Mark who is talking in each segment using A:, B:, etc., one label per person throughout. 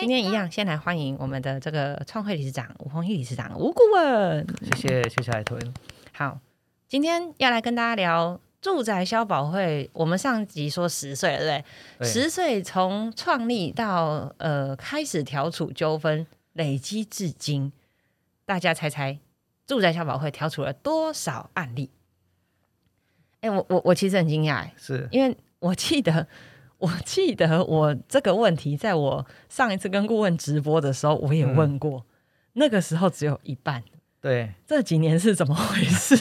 A: 今天一样，先来欢迎我们的这个创会理事长吴宏毅理事长吴顾问。
B: 谢谢谢谢海豚。
A: 好，今天要来跟大家聊住宅消保会。我们上集说十岁了，对不对？
B: 对
A: 十岁从创立到呃开始调处纠纷，累积至今，大家猜猜住宅消保会调处了多少案例？哎、我我我其实很惊讶、哎
B: 是
A: 因为我记得，我记得我这个问题，在我上一次跟顾问直播的时候，我也问过，那个时候只有一半。
B: 对
A: 这几年是怎么回事？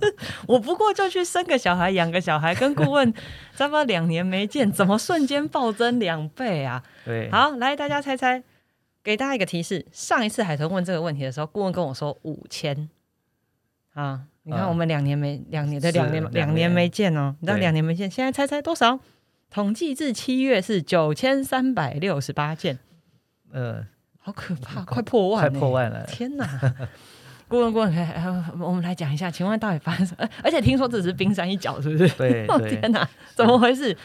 A: 我不过就去生个小孩、养个小孩，跟顾问差不多两年没见，怎么瞬间暴增两倍啊？
B: 对，
A: 好，来大家猜猜，给大家一个提示。上一次海豚问这个问题的时候，顾问跟我说五千啊。你看，
B: 嗯
A: 我们两年没两年，对，
B: 是
A: 两年嘛
B: 两
A: 两年
B: 年
A: 没见哦。你知道
B: 对
A: 两年没见，现在猜猜多少？统计至七月是九千三百六十八件，
B: 嗯，
A: 好可怕，快破万、欸
B: 快破！万了，
A: 天哪！顾问，顾问，哎哎我们来讲一下，请问到底发生 什么？而且听说这只是冰山一角，是不是？
B: 对
A: 哦
B: 对
A: 天哪，怎么回事？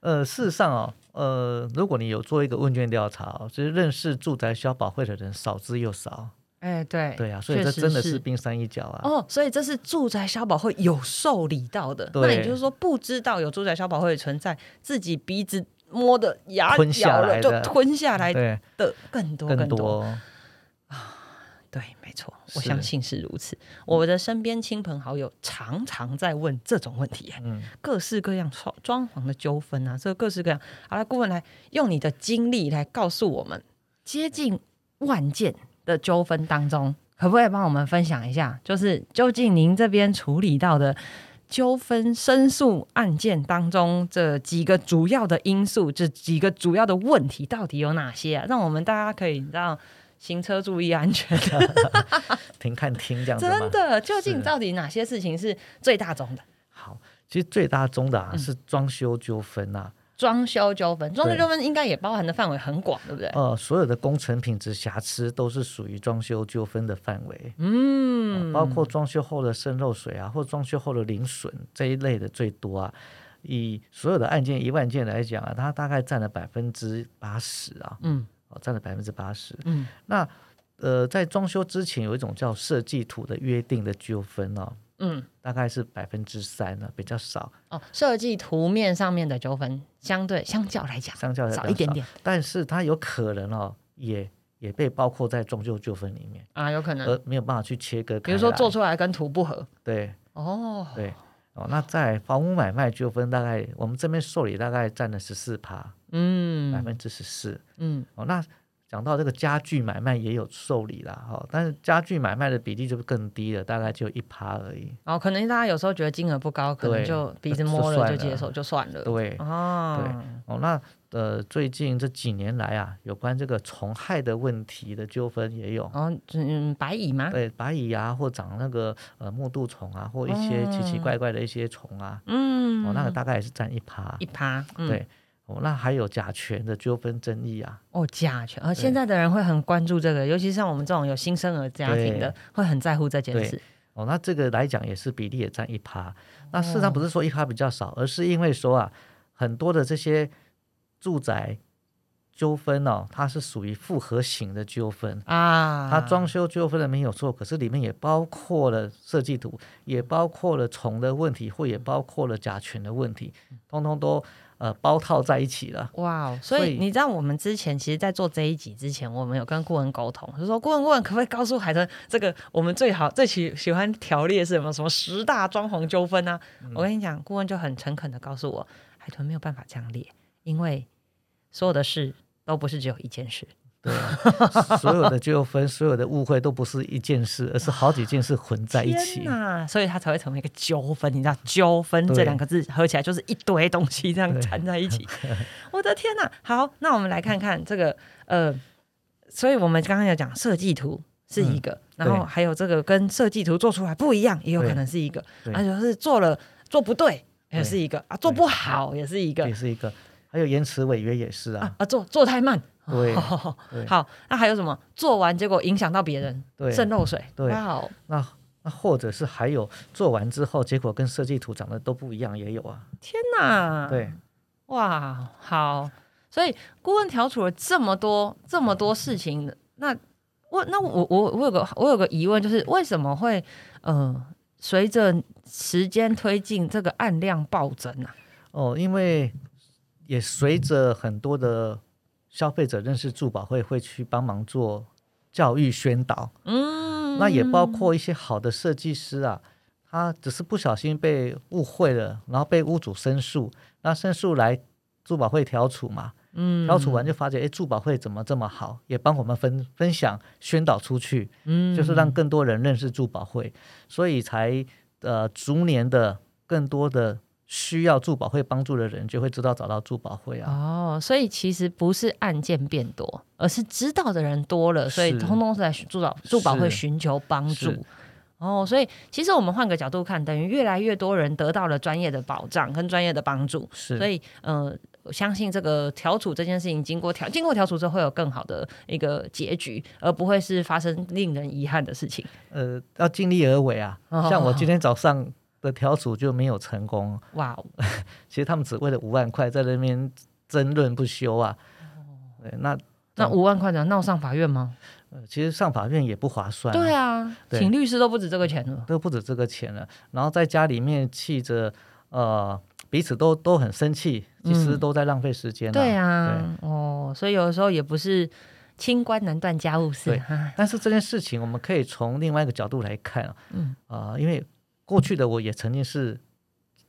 B: 呃，事实上哦，呃，如果你有做一个问卷调查哦，就是认识住宅消保会的人少之又少，
A: 哎，对，
B: 对啊，所以
A: 确
B: 这
A: 实
B: 真的
A: 是
B: 是冰山一角啊。
A: 哦，所以这是住宅消保会有受理到的，
B: 对
A: 那也就是说不知道有住宅消保会的存在，自己鼻子摸的牙
B: 吞
A: 咬
B: 下
A: 了
B: 来
A: 就
B: 的
A: 吞下来
B: 对，
A: 的更多
B: 更
A: 多。
B: 多
A: 对，没错，
B: 是
A: 我相信是如此。我的身边亲朋好友常常在问这种问题，
B: 嗯，
A: 各式各样装装潢的纠纷啊，这个各式各样。好了，顾问来用你的经历来告诉我们，接近万件的纠纷当中，可不可以帮我们分享一下，就是究竟您这边处理到的纠纷申诉案件当中，这几个主要的因素，这几个主要的问题到底有哪些啊？让我们大家可以你知道。行车注意安全，
B: 停看听这样子吗
A: 真？的，究竟
B: 是
A: 到底哪些事情是最大宗的？
B: 好，其实最大宗的啊
A: 嗯
B: 是装修纠纷啊，
A: 装修纠纷，装修
B: 对
A: 纠纷应该也包含的范围很广，对不对？
B: 呃，所有的工程品质瑕疵都是属于装修纠纷的范围。呃
A: 嗯，
B: 包括装修后的渗漏水啊，或装修后的零损这一类的最多啊。以所有的案件一万件来讲啊，它大概占了百分之八十啊，
A: 嗯
B: 哦，占了百分之八十。
A: 嗯
B: 那呃，在装修之前有一种叫设计图的约定的纠纷哦，
A: 嗯
B: 大概是百分之三啊呢，比较少，
A: 哦，设计图面上面的纠纷相对相较来讲
B: 相较来比较
A: 少一点点
B: 但是它有可能哦，也也被包括在装修纠纷里面，
A: 啊，有可能，
B: 而没有办法去切呃割开来。
A: 比如说做出来跟图不合
B: 对
A: 哦，
B: 对，哦，那在房屋买卖纠纷，大概我们这边受理大概占了十四趴，百
A: 嗯
B: 分之十四。
A: 嗯
B: 哦，那讲到这个家具买卖也有受理啦，哈、哦，但是家具买卖的比例就更低了，大概就一趴而已。
A: 哦，可能大家有时候觉得金额不高，可能
B: 对
A: 就鼻子
B: 就
A: 摸了
B: 算
A: 就
B: 了
A: 接受就算了，
B: 对，
A: 嗯哦，
B: 哦，那呃，最近这几年来啊，有关这个虫害的问题的纠纷也有。
A: 哦，嗯，白蚁吗？
B: 对，白蚁啊，或长那个呃木蠹虫啊，或一些奇奇怪怪的一些虫啊，
A: 哦嗯
B: 哦，那个大概也是占一趴
A: 一。趴，嗯
B: 对哦，那还有甲醛的纠纷争议啊，
A: 哦，甲醛，而
B: 对
A: 现在的人会很关注这个，尤其像我们这种有新生儿家庭的
B: 对，
A: 会很在乎这件
B: 对
A: 事。
B: 哦，那这个来讲也是比例也占一趴。那事实
A: 哦
B: 上不是说一趴比较少，而是因为说啊，很多的这些住宅纠纷哦，它是属于复合型的纠纷。
A: 啊，
B: 它装修纠纷的没有错，可是里面也包括了设计图，也包括了虫的问题，或也包括了甲醛的问题，通通都呃包套在一起了。
A: 哇哦！所
B: 所
A: 以
B: 以
A: 你知道，我们之前其实，在做这一集之前，我们有跟顾问沟通，就说顾问顾问可不可以告诉海豚，这个我们最好最喜喜欢条列是什么？什么十大装潢纠纷啊？我跟你讲，顾问就很诚恳的告诉我，海豚没有办法这样列，因为所有的事都不是只有一件事。
B: 对啊，所有的纠纷，所有的误会都不是一件事，而是好几件事混在一起
A: 天。哪！所以它才会成为一个纠纷，你知道“纠纷”
B: 对
A: 这两个字合起来就是一堆东西 这样缠在一起。我的天哪！好，那我们来看看这个呃，所以我们刚刚有讲设计图是一个，
B: 嗯
A: 然后还有这个跟设计图做出来不一样，也有可能是一个，
B: 对
A: 而且是做了做不对也
B: 对
A: 是一个啊，做不好也是一个
B: 也是一个，还有延迟违约也是啊
A: 啊，啊，哦做做太慢。
B: 对对
A: 好，那还有什么？做完结果影响到别人，
B: 对
A: 渗漏水，
B: 对
A: 哇哦，
B: 那那或者是还有做完之后，结果跟设计图长得都不一样也有啊，
A: 天哪！
B: 对，
A: 哇，好，所以顾问调处了这么多这么多事情，那我那我我我有个我有个疑问，就是为什么会呃随着时间推进，这个案量暴增啊？
B: 哦，因为也随着很多的消费者认识助保会，会去帮忙做教育宣导。
A: 嗯
B: 那也包括一些好的设计师啊，他只是不小心被误会了，然后被屋主申诉，那申诉来珠宝会调处嘛，
A: 嗯
B: 调处完就发觉，哎，珠宝会怎么这么好，也帮我们分分享宣导出去，
A: 嗯
B: 就是让更多人认识珠宝会，所以才呃逐年的更多的需要珠宝会帮助的人就会知道找到珠宝会啊，
A: 哦，所以其实不是案件变多，而是知道的人多了，所以
B: 是
A: 通通是在寻助导助保会
B: 是
A: 寻求帮助
B: 是。
A: 哦，所以其实我们换个角度看，等于越来越多人得到了专业的保障跟专业的帮助，
B: 是，
A: 所以呃，我相信这个调处这件事情经过调经过调处之后会有更好的一个结局，而不会是发生令人遗憾的事情。
B: 呃要尽力而为啊，
A: 哦
B: 像我今天早上的调处就没有成功。
A: 哇哦，
B: 其实他们只为了五万块在那边争论不休啊。
A: 哦
B: 对，那、
A: 那五万块能闹上法院吗？
B: 呃其实上法院也不划算、
A: 对
B: 啊，
A: 啊，
B: 对
A: 请律师都不止这个钱了。
B: 都不止这个钱了。然后在家里面气着，呃，彼此都都很生气，其实
A: 嗯
B: 都在浪费时间、啊
A: 对啊，哦，所以有的时候也不是清官难断家务事
B: 对
A: 啊。
B: 但是这件事情我们可以从另外一个角度来看啊，
A: 嗯
B: 啊因为过去的我也曾经是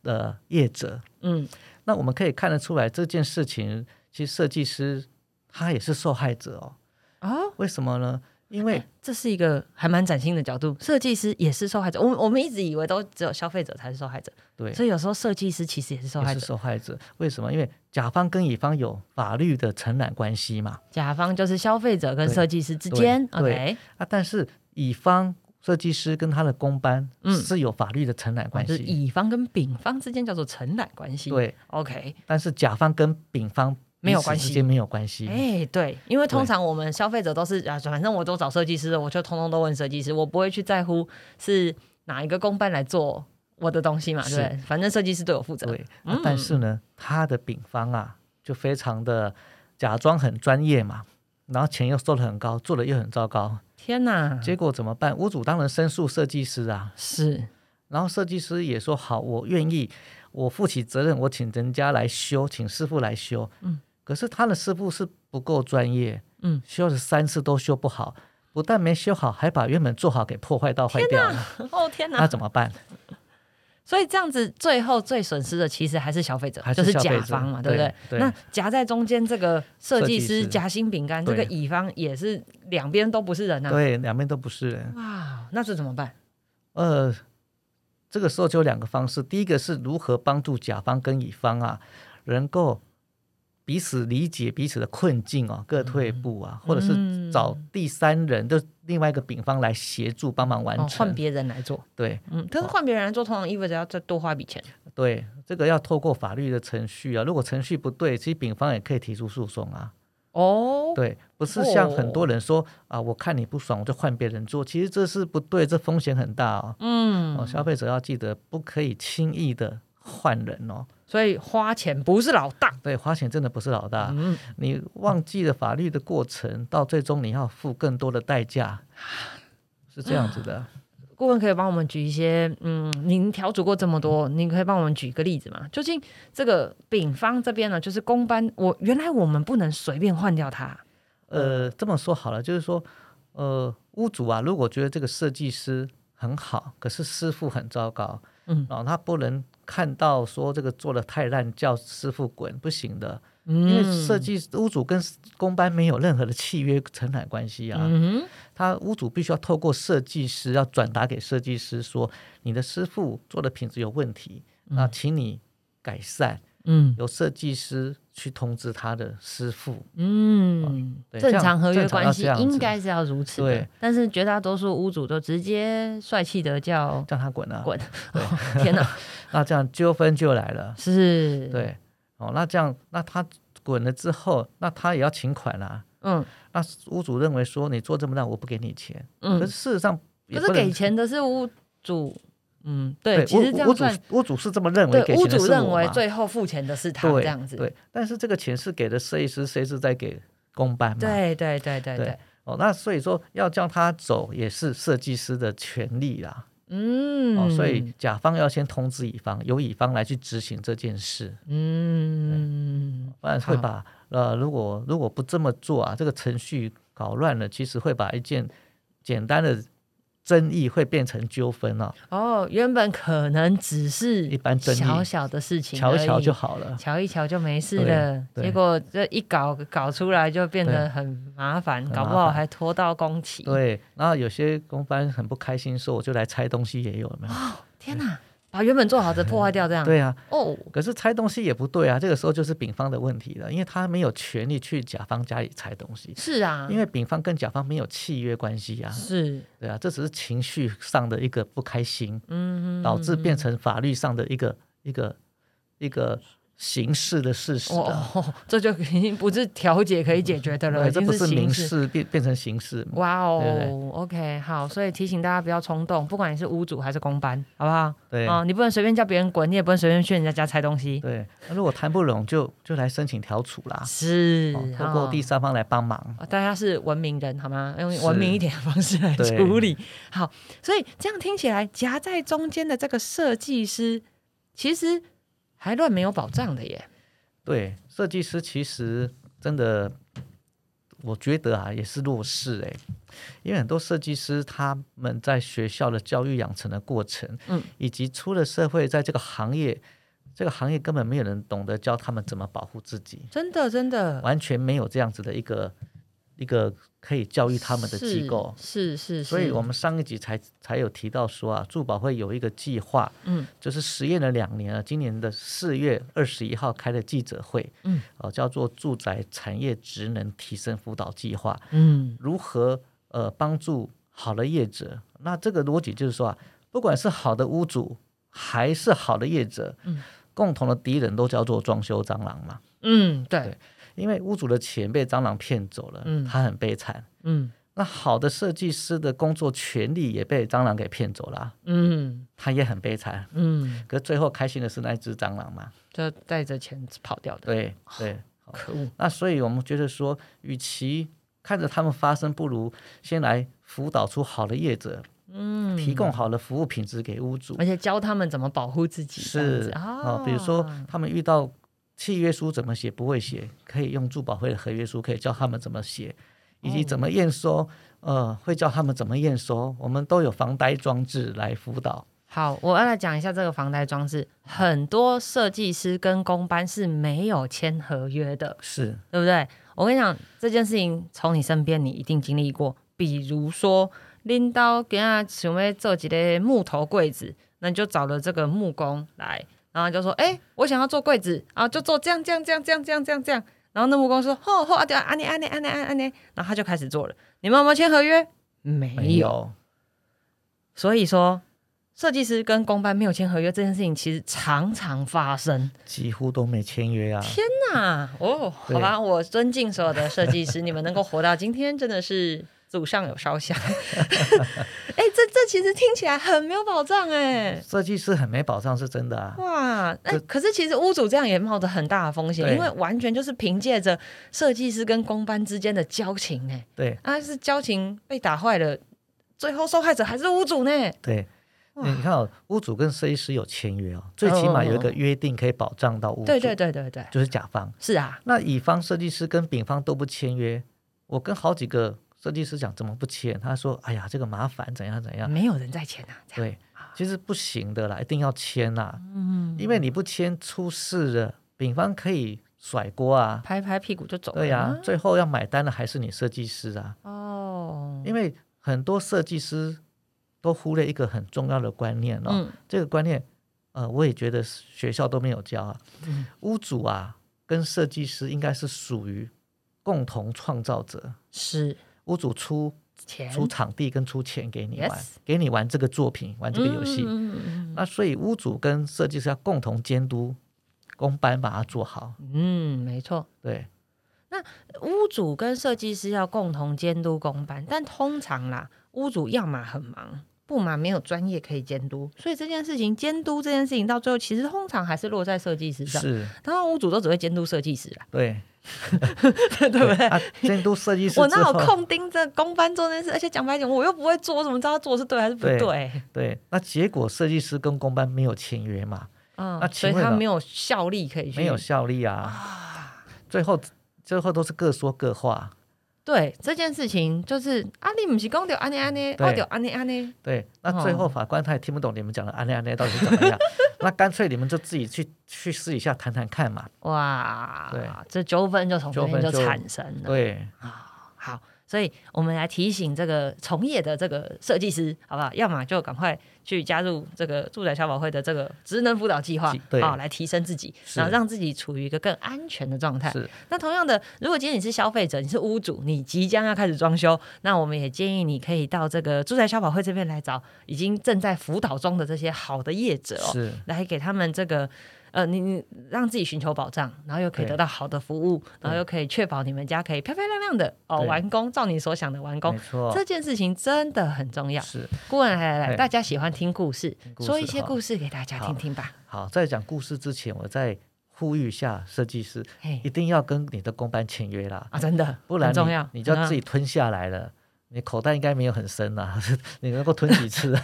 B: 呃业者，
A: 嗯，
B: 那我们可以看得出来这件事情，其实设计师他也是受害者哦。
A: 哦，
B: 为什么呢？因 为
A: 这是一个还蛮崭新的角度，设计师也是受害者。我们我们一直以为都只有消费者才是受害者，
B: 对，
A: 所以有时候设计师其实也是受害
B: 也是
A: 者。
B: 受害者。为什么？因为甲方跟乙方有法律的承揽关系嘛。
A: 甲方就是消费者跟
B: 对
A: 设计师之间
B: 对
A: ，OK，
B: 啊，但是乙方设计师跟他的公班
A: 嗯
B: 是有法律的承揽
A: 哦
B: 关
A: 就是
B: 系。
A: 乙方跟丙方之间叫做承揽关系。
B: 对，
A: ，OK，
B: 但是甲方跟丙方
A: 没有
B: 彼此
A: 关
B: 之
A: 系
B: 间没有关系。
A: 哎、对，因为通
B: 嗯对
A: 常我们消费者都是啊，反正我都找设计师了，我就通通都问设计师，我不会去在乎是哪一个公办来做我的东西嘛，对不
B: 是
A: 对，反正设计师对我负责。
B: 对，啊但
A: 嗯
B: 是呢，他的丙方啊，就非常的假装很专业嘛，然后钱又收的很高，做的又很糟糕，
A: 天哪，
B: 结果怎么办？屋主当然申诉设计师啊，
A: 是
B: 然后设计师也说好，我愿意，我负起责任，我请人家来修，请师傅来修。
A: 嗯，
B: 可是他的师傅是不够专业，
A: 嗯，
B: 修了三次都修不好，不但没修好，还把原本做好给破坏到坏掉了，
A: 哦天
B: 那
A: 哪，
B: 怎 么办？
A: 所以这样子最后最损失的其实还是消费者，
B: 还
A: 就是是
B: 消
A: 甲
B: 费者
A: 方嘛，对
B: 对
A: 不对？
B: 对
A: 那夹在中间这个设计
B: 设计
A: 师
B: 师
A: 夹心饼干，这个
B: 对
A: 乙方也是两边都不是人啊。
B: 对，两边都不是人。
A: 哇，啊那这怎么办？
B: 呃，这个时候就有两个方式，第一个是如何帮助甲方跟乙方啊，能够彼此理解彼此的困境哦，各退一步啊，
A: 嗯
B: 或者是找第三人，就另外一个丙方来协助帮忙完
A: 哦，
B: 成。
A: 换别人来做，
B: 对
A: 嗯，但是
B: 哦
A: 换别人来做，通常意味着要再多花一笔钱。
B: 对，这个要透过法律的程序啊。如果程序不对，其实丙方也可以提出诉讼啊。
A: 哦，
B: 对，不是像很多人说、啊，我看你不爽，我就换别人做，其实这是不对，这风险很大哦。
A: 嗯，
B: 哦，消费者要记得不可以轻易的换人哦。
A: 所以花钱不是老大。
B: 对，花钱真的不是老大，
A: 嗯，
B: 你忘记了法律的过程，到最终你要付更多的代
A: 啊
B: 价，是这样子 的。
A: 顾问可以帮我们举一些，嗯，您调整过这么多，您可以帮我们举一个例子吗？究竟这个丙方这边呢，就是公班，我原来我们不能随便换掉他，
B: 呃，这么说好了，就是说，呃，屋主啊，如果觉得这个设计师很好，可是师傅很糟糕，
A: 嗯
B: 然后他不能看到说这个做的太烂，叫师傅滚，不行的，
A: 因
B: 因为设，计屋主跟工班没有任何的契约承揽关系啊，
A: 嗯哼，
B: 他屋主必须要透过设计师要转达给设计师说，你的师傅做的品质有问题，那请你改善，
A: 嗯
B: 由设计师去通知他的师傅。
A: 嗯，
B: 对
A: 正
B: 这样
A: 常合约关系
B: 正常要这样子
A: 应该是要如此的
B: 对，
A: 但是绝大多数屋主都直接帅气的叫
B: 叫他滚啊！
A: 滚，天哪，
B: 那这样纠纷就来了。
A: 是，，
B: 对，哦，那这样，那他滚了之后，那他也要请款啦、
A: 嗯
B: 那屋主认为说你做这么烂，我不给你钱，可
A: 嗯
B: 是，事实上也
A: 可
B: 不
A: 是
B: 能
A: 给钱的是屋主嗯，
B: 对
A: 对，其实这
B: 我我
A: 样
B: 主
A: 算，
B: 我主是这么认为，给
A: 对屋
B: 钱的
A: 主
B: 是
A: 认
B: 我
A: 为
B: 嘛
A: 最后付钱的是他，
B: 对
A: 这样子，
B: 对，但是这个钱是给的设计师，设计师在给公办嘛？
A: 对对对对
B: 对
A: 对，
B: 哦，那所以说要叫他走也是设计师的权利啦。
A: 嗯，
B: 哦，所以甲方要先通知乙方，由乙方来去执行这件事，
A: 嗯，
B: 不然会
A: 好
B: 把呃，如果如果不这么做啊，这个程序搞乱了，其实会把一件简单的争议会变成纠纷啊，
A: 哦，原本可能只是
B: 一般争议
A: 小小的事情，
B: 瞧一瞧就。好了。
A: 瞧一瞧就没事了，
B: 对对
A: 结果这一搞搞出来就变
B: 对
A: 得很麻烦，
B: 很
A: 搞不
B: 麻
A: 好
B: 烦
A: 还拖到工期。
B: 对，然后有些公班很不开心，说我就来拆东西也有有没有？
A: 啊天哪，把原本做好的破坏掉，这样
B: 对啊，
A: 哦，
B: 可是拆东西也不对啊，这个时候就是丙方的问题了，因为他没有权利去甲方家里拆东西，
A: 是啊，
B: 因为丙方跟甲方没有契约关系啊，
A: 是
B: 对啊，这只是情绪上的一个不开心，
A: 嗯，
B: 导致变
A: 成
B: 成法律上的一个一个一个形式的事实
A: 哦
B: 啊，
A: 哦， 这就已经不是调解可以解决的了，
B: 对，
A: 已
B: 这
A: 经
B: 不是民
A: 刑事。
B: 事变变成刑事嘛，
A: 哇
B: 对不
A: 哦，OK，好，所以提醒大家不要冲动，不管你是屋主还是公班，好不好？
B: 对
A: 啊、你不能随便叫别人滚，你也不能随便去人家家拆东西。啊
B: 对，那如果谈不拢就就来申请调处啦，
A: 是
B: 哦，透
A: 啊
B: 过第三方来帮忙，
A: 大家是文明人好吗？用
B: 是
A: 文明一点的方式来
B: 对
A: 处理。好，所以这样听起来，夹在中间的这个设计师，其实还乱没有保障的耶。
B: 对，设计师其实真的，我觉得啊，也是弱势哎、因为很多设计师他们在学校的教育养成的过程，
A: 嗯，
B: 以及出了社会，在这个行业，这个行业根本没有人懂得教他们怎么保护自己，
A: 真的，真的，
B: 完全没有这样子的一个一个可以教育他们的机构。
A: 是是是，
B: 所以我们上一集才才有提到说啊，助保会有一个计划，
A: 嗯
B: 就是实验了两年了，今年的四月二十一号开的记者会，
A: 嗯，
B: 呃，叫做住宅产业职能提升辅导计划，
A: 嗯
B: 如何呃帮助好的业者？那这个逻辑就是说啊，不管是好的屋主还是好的业者，
A: 嗯，
B: 共同的敌人都叫做装修蟑螂嘛，
A: 嗯，对
B: 对，因为屋主的钱被蟑螂骗走了，
A: 嗯
B: 他很悲惨。
A: 嗯
B: 那好的设计师的工作权利也被蟑螂给骗走了啊，
A: 嗯
B: 他也很悲惨。
A: 嗯，
B: 可最后开心的是那一只蟑螂嘛？
A: 就带着钱跑掉的，
B: 对对，
A: 可恶，
B: 那所以我们觉得说，与其看着他们发生，不如先来辅导出好的业者，
A: 嗯，
B: 提供好的服务品质给屋主。
A: 而且教他们怎么保护自己，这样
B: 是
A: 子啊、
B: 啊，比如说他们遇到契约书怎么写不会写，可以用住保会的合约书，可以教他们怎么写，以及
A: 哦
B: 怎么验收。呃，会教他们怎么验收，我们都有防呆装置来辅导。
A: 好，我要来讲一下这个防呆装置。很多设计师跟工班是没有签合约的，
B: 是
A: 对不对？我跟你讲，这件事情从你身边你一定经历过。比如说，拎刀给他想要做几个木头柜子，那你就找了这个木工来，然后就说：“哎、我想要做柜子啊，就做这样这样这样这样这样这样这样。”然后那木工说：“哦哦，啊对啊，啊你啊你啊你啊你。”然后他就开始做了。你们有没有签合约？没有。
B: 有，
A: 所以说，设计师跟公班没有签合约这件事情，其实常常发生。
B: 几乎都没签约啊。
A: 那哦，
B: 对
A: 好吧，我尊敬所有的设计师，你们能够活到今天，真的是祖上有烧香。哎、 哎这这其实听起来很没有保障哎、
B: 设计师很没保障是真的啊。
A: 哇，那、
B: 这
A: 可是其实屋主这样也冒着很大的风险，
B: 对
A: 因为完全就是凭借着设计师跟公班之间的交情哎、
B: 对
A: 啊是交情被打坏了，最后受害者还是屋主呢、
B: 对，
A: 哇嗯
B: 你看哦，屋主跟设计师有签约哦，最起码有一个约定可以保障到屋主，
A: 对对对对对，
B: 就是甲方。
A: 是啊，
B: 那乙方设计师跟丙方都不签约，我跟好几个设计师讲怎么不签，他说：“哎呀，这个麻烦，怎样怎样。
A: 没有人在签啊，这样
B: 对，其实不行的啦，一定要签啦、
A: 嗯
B: 因为你不签出事了，丙方可以甩锅啊。
A: 拍拍屁股就走了。
B: 对呀、最后要买单的还是你设计师啊，
A: 哦，
B: 因为很多设计师都忽略一个很重要的观念哦。
A: 嗯
B: 这个观念，呃，我也觉得学校都没有教啊。
A: 嗯
B: 屋主啊，跟设计师应该是属于共同创造者。
A: 是
B: 屋主出
A: 钱
B: 出场地跟出钱给你玩
A: Yes
B: 给你玩这个作品，玩这个游戏。
A: 嗯嗯嗯
B: 那所以屋主跟设计师要共同监督公班，把它做好。
A: 嗯，没错。
B: 对，
A: 屋主跟设计师要共同监督公班，但通常啦，屋主要么很忙，不满没有专业可以监督，所以这件事情监督这件事情到最后其实通常还是落在设计师上。
B: 是，
A: 当然，屋主都只会监督设计师 啦，
B: 对
A: 对不对？
B: 啊，监督设计师
A: 我
B: 之
A: 哪有
B: 后，
A: 空盯着公班做这件事？而且讲白点，我又不会做，我怎么知道他做的是对还是不
B: 对
A: 对？
B: 对，那结果设计师跟工班没有签约嘛，
A: 嗯
B: 那，
A: 所以
B: 请问
A: 他
B: 呢
A: 没有效力可以去。
B: 没有效力啊，最后最后都是各说各话，
A: 对这件事情，就是啊，你不是讲着安尼安尼，
B: 对
A: 我着安尼安尼，
B: 对，那最
A: 哦
B: 后法官他也听不懂你们讲的啊安内安内到底是怎 么样，那干脆你们就自己去去私底下谈谈看嘛。
A: 哇，
B: 对，
A: 这纠纷就从这边就
B: 纠纷就
A: 产生了。
B: 对，
A: 啊，好，所以我们来提醒这个从业的这个设计师，好不好？要么就赶快去加入这个住宅消保会的这个职能辅导计划
B: 计，对
A: 好来提升自己，
B: 是
A: 然后让自己处于一个更安全的状态。
B: 是
A: 那同样的，如果今天你是消费者，你是屋主，你即将要开始装修，那我们也建议你可以到这个住宅消保会这边来找已经正在辅导中的这些好的业者哦，
B: 是，
A: 来给他们这个呃，你你让自己寻求保障，然后又可以
B: 对
A: 得到好的服务，然后又可以确保你们家可以漂漂亮亮的哦
B: 对
A: 完工，照你所想的完工
B: 没。错
A: 这，件事情真的很重要。
B: 是
A: 顾问来来来，
B: 对
A: 大家喜欢听故事，
B: 故事
A: 说一些
B: 哈
A: 故事给大家
B: 好
A: 听听吧。
B: 好。在讲故事之前，我再呼吁一下设计师，
A: 嘿
B: 一定要跟你的公班签约啦，
A: 啊，真的
B: 不然
A: 很重
B: 你
A: 要，
B: 你就要
A: 嗯
B: 自己吞下来了。你口袋应该没有很深啊， 你能够吞几次 啊？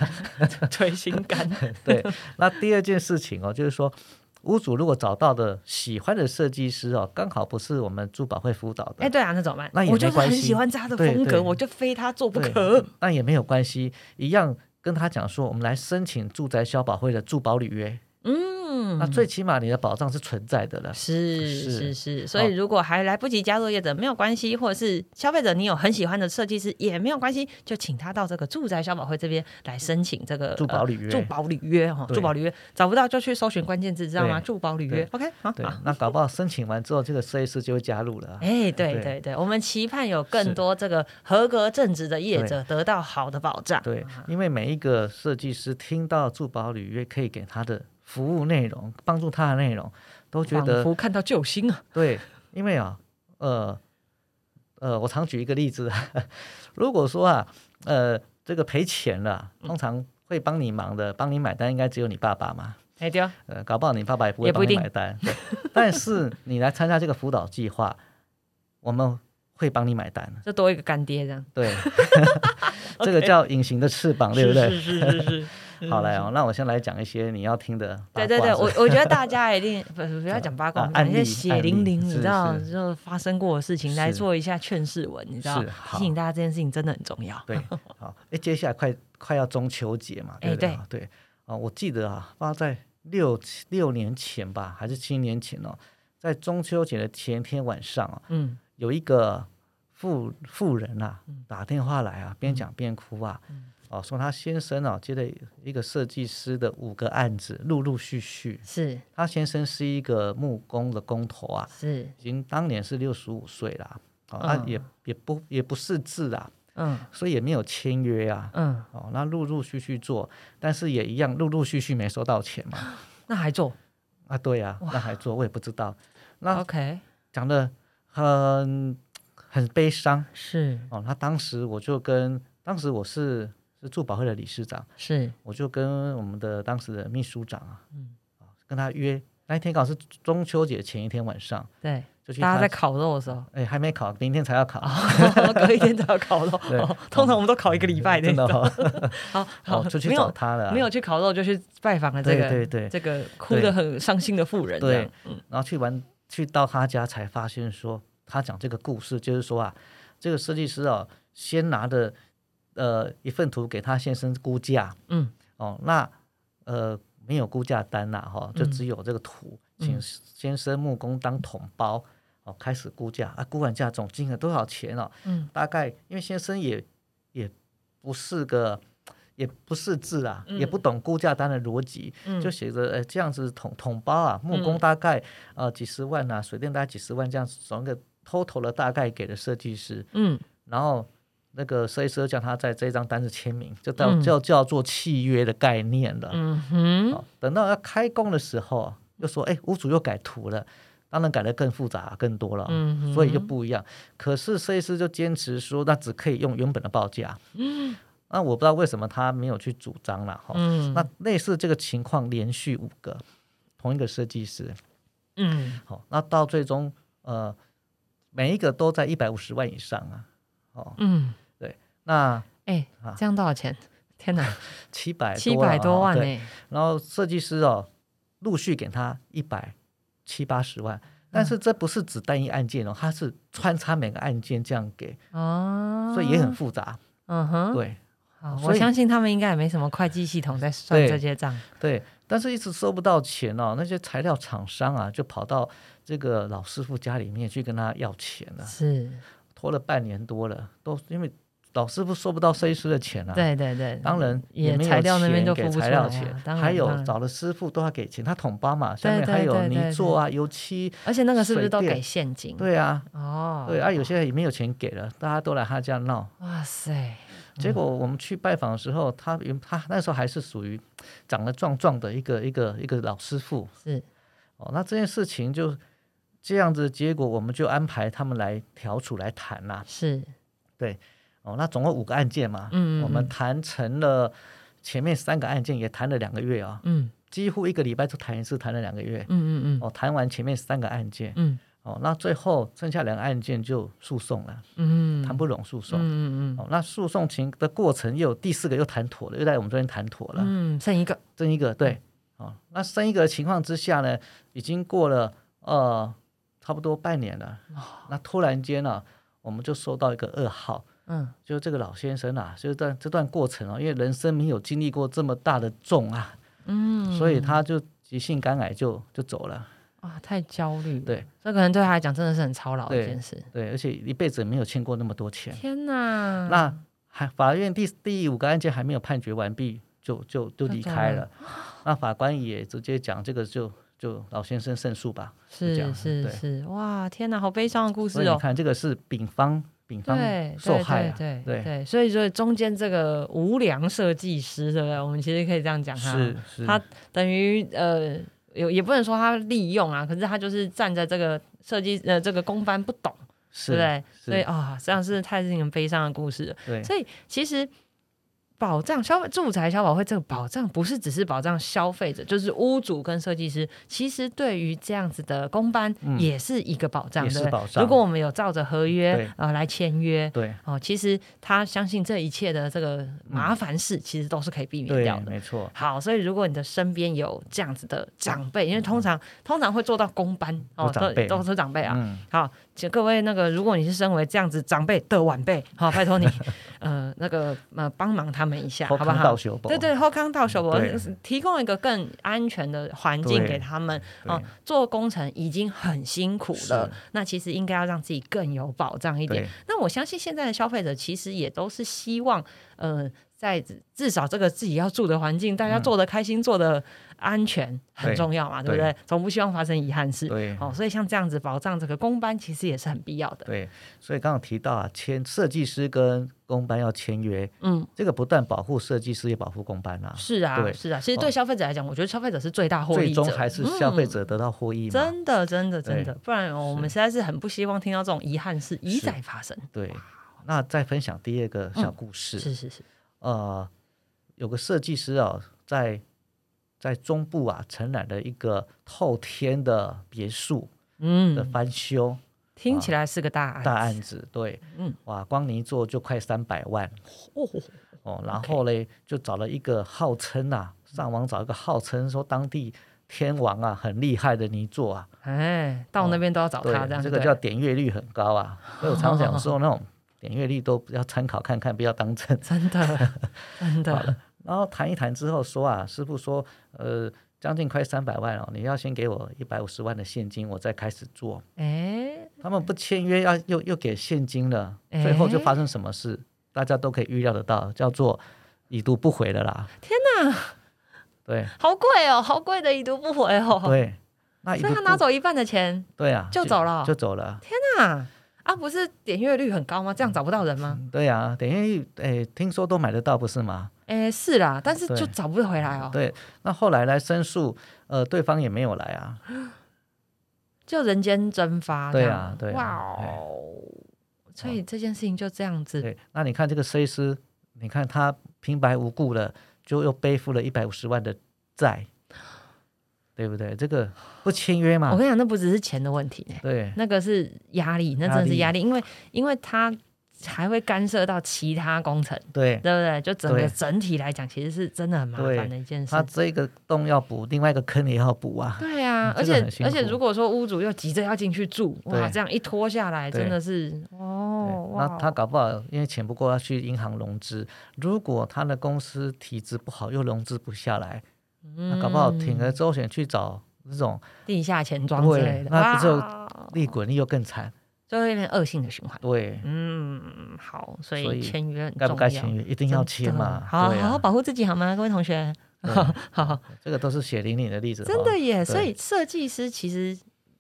A: 推心肝。
B: 对。那第二件事情哦，就是说，屋主如果找到的喜欢的设计师哦，刚好不是我们珠宝会辅导的
A: 哎，，对啊，那怎么办？
B: 那也
A: 我就是
B: 没关
A: 很
B: 系
A: 喜欢他的
B: 对
A: 风
B: 对
A: 格，我就非他做不
B: 对嗯
A: 可。
B: 那也没有关系，一样跟他讲说，我们来申请住宅消保会的住保履约，
A: 嗯，
B: 那最起码你的保障是存在的了。
A: 是是
B: 是哦
A: 是，所以如果还来不及加入业者没有关系，或者是消费者你有很喜欢的设计师也没有关系，就请他到这个住宅消保会这边来申请这个
B: 住保履约
A: 呃住保履约哈，
B: 对
A: 住保履约找不到就去搜寻关键字，知道吗？
B: 对
A: 住保履约
B: 对
A: ，OK，好
B: 对
A: 好。，
B: 那搞不好申请完之后，这个设计师就会加入了啊。
A: 哎，对
B: 对
A: 对对，我们期盼有更多这个合格正直的业者得到好的保障。
B: 对，因为每一个设计师听到住保履约可以给他的服务内容，帮助他的内容，都觉
A: 仿
B: 得
A: 佛看到救星啊！
B: 对，因为啊，呃，呃，我常举一个例子， 如果说啊，呃，这个赔钱了，通常会帮你忙的，帮你买单，应该只有你爸爸嘛。
A: 哎对啊，
B: 呃，搞不好你爸爸也不
A: 也
B: 会
A: 不
B: 帮
A: 一
B: 你
A: 定
B: 买单。对但是你来参加这个辅导计划，我们会帮你买单。
A: 就多一个干爹这样，
B: 对， 这个叫隐形的翅膀，对不对？
A: 是是是是是。
B: 好来哦，那我先来讲一些你要听的八
A: 对
B: 卦。
A: 对对，
B: 是不
A: 我
B: 是
A: 我觉得大家一定不不要讲八卦，
B: 啊
A: 讲一些
B: 案例
A: 血淋淋，
B: 案例
A: 你
B: 是
A: 知道，
B: 是
A: 就发生过的事情来
B: 是
A: 做一下劝世文，你知道，
B: 是好
A: 提醒大家这件事情真的很重要。
B: 对，好，哎，接下来快快要中秋节嘛，对
A: 哎
B: 不对？对啊，我记得啊，不知道在六七六年前吧，还是七年前哦，在中秋节的前一天晚上啊，
A: 嗯，
B: 有一个妇妇人啊打电话来啊，边讲边哭啊，哦，说她先生啊接了一个设计师的五个案子，陆陆续续，
A: 是
B: 她先生是一个木工的工头啊，
A: 是，
B: 已经当年是六十五岁啦，哦，啊
A: 嗯
B: 也也不也不识字啊，
A: 嗯
B: 所以也没有签约啊。
A: 嗯，
B: 哦，那陆陆续续做，但是也一样，陆陆续续没收到钱嘛。
A: 那还做
B: 啊，对呀、那还做，我也不知道。那
A: ？OK，
B: 讲的很很悲伤
A: 是
B: 哦。那当时我就跟当时我是是住保会的理事长，
A: 是，
B: 我就跟我们的当时的秘书长啊，嗯，跟他约那一天刚好是中秋节前一天晚上，
A: 对，
B: 就去
A: 大家
B: 他
A: 在烤肉的时候，
B: 哎还没考，明天才要考，
A: 隔一天才要烤肉，
B: 对
A: 哦通常我们都烤一个礼拜那
B: 真的
A: 种。
B: 哦，
A: 好好
B: 哦，就去
A: 没
B: 找
A: 有
B: 他了啊，
A: 没有去烤肉，就去拜访了这个
B: 对对对
A: 这个哭得很伤心的妇人，这样嗯
B: 对，然后去完去到他家才发现说，他讲这个故事就是说啊，这个设计师啊，先拿着呃一份图给他先生估价
A: 嗯
B: 哦，那呃没有估价单呐、哈、就只有这个图，请
A: 嗯
B: 先生木工当统包哦，开始估价啊，估完价总金额多少钱哦，
A: 嗯，
B: 大概因为先生也也不是个。也不识字啊，也不懂估价单的逻辑，
A: 嗯，
B: 就写着呃这样子桶桶包啊，木
A: 嗯
B: 工大概、呃几十万呐、水电大概几十万这样子，总一个 total 的大概给了设计师，
A: 嗯
B: 然后那个设计师就叫他在这张单子签名，就叫、
A: 嗯
B: 就叫做契约的概念了。
A: 嗯哼，
B: 好等到要开工的时候，又说哎屋主又改图了，当然改得更复杂更多了。
A: 嗯哼，
B: 所以就不一样，可是设计师就坚持说，那只可以用原本的报价。那我不知道为什么他没有去主张了哈。
A: 嗯
B: 那类似这个情况连续五个，同一个设计师，
A: 嗯
B: 好、那到最终呃每一个都在一百五十万以上啊，哦，
A: 嗯，
B: 那
A: 哎、
B: 啊
A: 这样多少钱？天 哪，
B: 七百
A: 七百多万欸哎呢、
B: 啊对，然后设计师哦陆续给他一百七八十万。但
A: 嗯
B: 是这不是只单一案件哦，它是穿插每个案件这样给，
A: 哦，
B: 所以也很复杂。
A: 嗯哼，
B: 对
A: 好
B: 所
A: 我
B: 以
A: 相信他们应该也没什么会计系统在算
B: 对
A: 这些账。
B: 对，但是一直收不到钱哦，那些材料厂商啊，就跑到这个老师傅家里面去跟他要钱了、
A: 是，
B: 拖了半年多了，都因为老师傅收不到设计师的钱啊。，
A: 对对对，
B: 当然
A: 也
B: 没有
A: 材料那边
B: 钱
A: 就
B: 给
A: 付不
B: 材
A: 出来
B: 料
A: 啊
B: 钱，
A: 当然
B: 还
A: 当
B: 有
A: 然
B: 找了师傅都要给钱，他统包嘛，下
A: 对
B: 面还
A: 对
B: 有
A: 对对
B: 泥做啊、油漆，
A: 而且那个是不是
B: 水
A: 都
B: 电
A: 给现金？
B: 对啊，
A: 哦，嗯
B: 对啊，有些也没有钱给了，大家都来他家闹。
A: 哇塞，
B: 结果我们去拜访的时候，他原他那时候还是属于长得壮壮的一个一个一个老师傅，
A: 是
B: 哦，那这件事情就这样子，结果我们就安排他们来调处来谈啦、
A: 是，
B: 哦，那总共五个案件嘛，
A: 嗯嗯
B: 我们谈成了前面三个案件，也谈了两个月啊、
A: 嗯
B: 几乎一个礼拜就谈一次，谈了两个月
A: 嗯。嗯嗯
B: 哦，谈完前面三个案件，
A: 嗯
B: 哦，那最后剩下两个案件就诉讼了，
A: 嗯，
B: 谈不拢诉讼。
A: 嗯嗯嗯
B: 哦，那诉讼情的过程又有第四个又谈妥了，又在我们这边谈妥了。
A: 嗯，剩一个，
B: 生一个，对，哦，那生一个的情况之下呢，已经过了呃差不多半年了，那突然间呢、我们就收到一个噩耗，
A: 嗯
B: 就是这个老先生啊，就是在这段过程啊，因为人生没有经历过这么大的重啊，
A: 嗯，
B: 所以他就急性肝癌就就走了，
A: 啊太焦虑了，
B: 对
A: 这个人对他来讲真的是很操劳的一
B: 对
A: 件事。
B: 对，而且一辈子没有欠过那么多钱，
A: 天哪，
B: 那还法院第第五个案件还没有判决完毕，就就就离开了，那法官也直接讲这个就就老先生胜诉吧。这
A: 是
B: 样
A: 是
B: 对
A: 是，哇，天哪，好悲伤的故
B: 所
A: 事
B: 以你
A: 哦。
B: 看，这个是丙方丙方
A: 对，
B: 受害啊，
A: 对对
B: 对
A: 对，所以说中间这个无良设计师，对不对？我们其实可以这样讲他，
B: 是是，
A: 他等于呃，有也不能说他利用啊，可是他就是站在这个设计呃这个公班不懂，对
B: 是
A: 不对？
B: 是
A: 所以啊、这样是太令人悲伤的故事了。
B: 对
A: 所以其实保障消费住宅消保会这个保障，不是只是保障消费者，就是屋主跟设计师，其实对于这样子的公班
B: 嗯
A: 也是一个保障，
B: 也
A: 对
B: 是
A: 不对
B: 保障
A: 如果我们有照着合约
B: 对
A: 呃来签约。
B: 对
A: 哦，其实他相信这一切的这个麻烦事，其实都是可以避免掉
B: 对，
A: 的。
B: 没错，
A: 好，所以如果你的身边有这样子的长辈，因为通常通常会做到公班哦，
B: 都嗯长辈
A: 都都是长辈啊。
B: 嗯，
A: 好，请各位那个，如果你是身为这样子长辈的晚辈，好，拜托你，呃，那个呃，帮忙他们一下，好
B: 后
A: 不
B: 康
A: 好
B: 到？修补，
A: 对对，后康到手，我
B: 对
A: 提供一个更安全的环境
B: 对
A: 给他们。
B: 对
A: 哦，做工程已经很辛苦了
B: 是，
A: 那其实应该要让自己更有保障一点
B: 对。
A: 那我相信现在的消费者其实也都是希望，呃，在至至少这个自己要住的环境，大家做的开心，做的安全很
B: 嗯对
A: 重要嘛，对不
B: 对
A: 对？总不希望发生遗憾事。
B: 对
A: 哦，所以像这样子保障这个公班，其实也是很必要的。
B: 对，所以刚刚有提到啊，签设计师跟工班要签约，
A: 嗯，
B: 这个不但保护设计师，也保护工班啊，
A: 是啊，
B: 对
A: 是啊。其实对
B: 哦
A: 消费者来讲，我觉得消费者是最大获
B: 最
A: 益者嗯
B: 终。还是消费者得到获益嘛，
A: 真的，真的，真
B: 对
A: 的，不然哦我们实在是很不希望听到这种遗憾事一
B: 是
A: 再发生。
B: 对。那再分享第二
A: 嗯
B: 个小故事，
A: 是是是，
B: 呃，有个设计师啊，在在中部啊承揽了一个透天的别墅的
A: 嗯，
B: 翻修，
A: 听起来是个大案，
B: 大案子，对，
A: 嗯
B: 哇，光泥做就快三百万
A: 哦，
B: 哦，然后嘞就找了一个号称啊，上网找一个号称说当地天王啊很厉害的泥做啊，
A: 哎，到那边都要找
B: 哦对
A: 他，这样
B: 这
A: 就
B: 个
A: 对
B: 叫
A: 了
B: 点阅率很高啊，所以我常 讲说那种点阅率都要参考看看，不要当真。
A: 真 的，真的，
B: 然后谈一谈之后说啊，师傅说，呃，将近快三百万哦，你要先给我一百五十万的现金，我再开始做。
A: 哎，
B: 他们不签约，要又又给现金了，最后就
A: 哎
B: 发生什么事，大家都可以预料得到，叫做已读不回了啦。
A: 天哪，
B: 对
A: 好贵哦，好贵的已读不回哦，
B: 对，那已
A: 所
B: 读
A: 以他拿
B: 不
A: 走一半的钱，
B: 对啊，
A: 就走了
B: 就走了。
A: 那啊，不是点阅率很高吗？这样找不到人吗？
B: 对啊，等于诶，听说都买得到不是吗？
A: 哎，是啦，但是
B: 对
A: 就找不回来哦，
B: 对，那后来来申诉，呃，对方也没有来啊。
A: 就人间蒸发，
B: 对
A: 这
B: 啊
A: 样哦
B: 对啊
A: 哇哦，所以这件事情就这样子，
B: 对，那你看这个设计师你看他平白无故的就又背负了一百五十万的债，对不对？这个不签约
A: 我
B: 嘛，
A: 跟你讲，那不只是钱的问题呢、
B: 对
A: 那个是压力，那真的是压力，因为因为它还会干涉到其他工程，
B: 对，
A: 对不对？就整个
B: 对
A: 整体来讲，其实是真的很麻烦的一件事
B: 他。这个洞要补，另外一个坑也要补啊，
A: 对啊，
B: 嗯
A: 而
B: 真的
A: 且
B: 很辛
A: 而
B: 苦
A: 且，如果说屋主又急着要进去住，哇，
B: 对
A: 这样一拖下来，
B: 对
A: 真的是
B: 对
A: 哦，哇
B: 那他搞不好因为钱不够要去银行融资，如果他的公司体质不好又融资不下来，那啊搞
A: 嗯
B: 不好铤而周旋去找这种
A: 地下钱庄之类的，
B: 对那不就
A: 哇
B: 利滚利又更惨。
A: 就会有点恶性的循环。
B: 对，
A: 嗯，好，所
B: 所
A: 以
B: 以
A: 签约很重
B: 该
A: 要，
B: 不该签约一定要签
A: 真
B: 嘛
A: 的？好
B: 对
A: 好好
B: 啊，
A: 保护自己好吗，各位同学？ 好，
B: 这个都是血淋淋的例子。
A: 真
B: 哦
A: 的耶！
B: 对
A: 所以设计师其实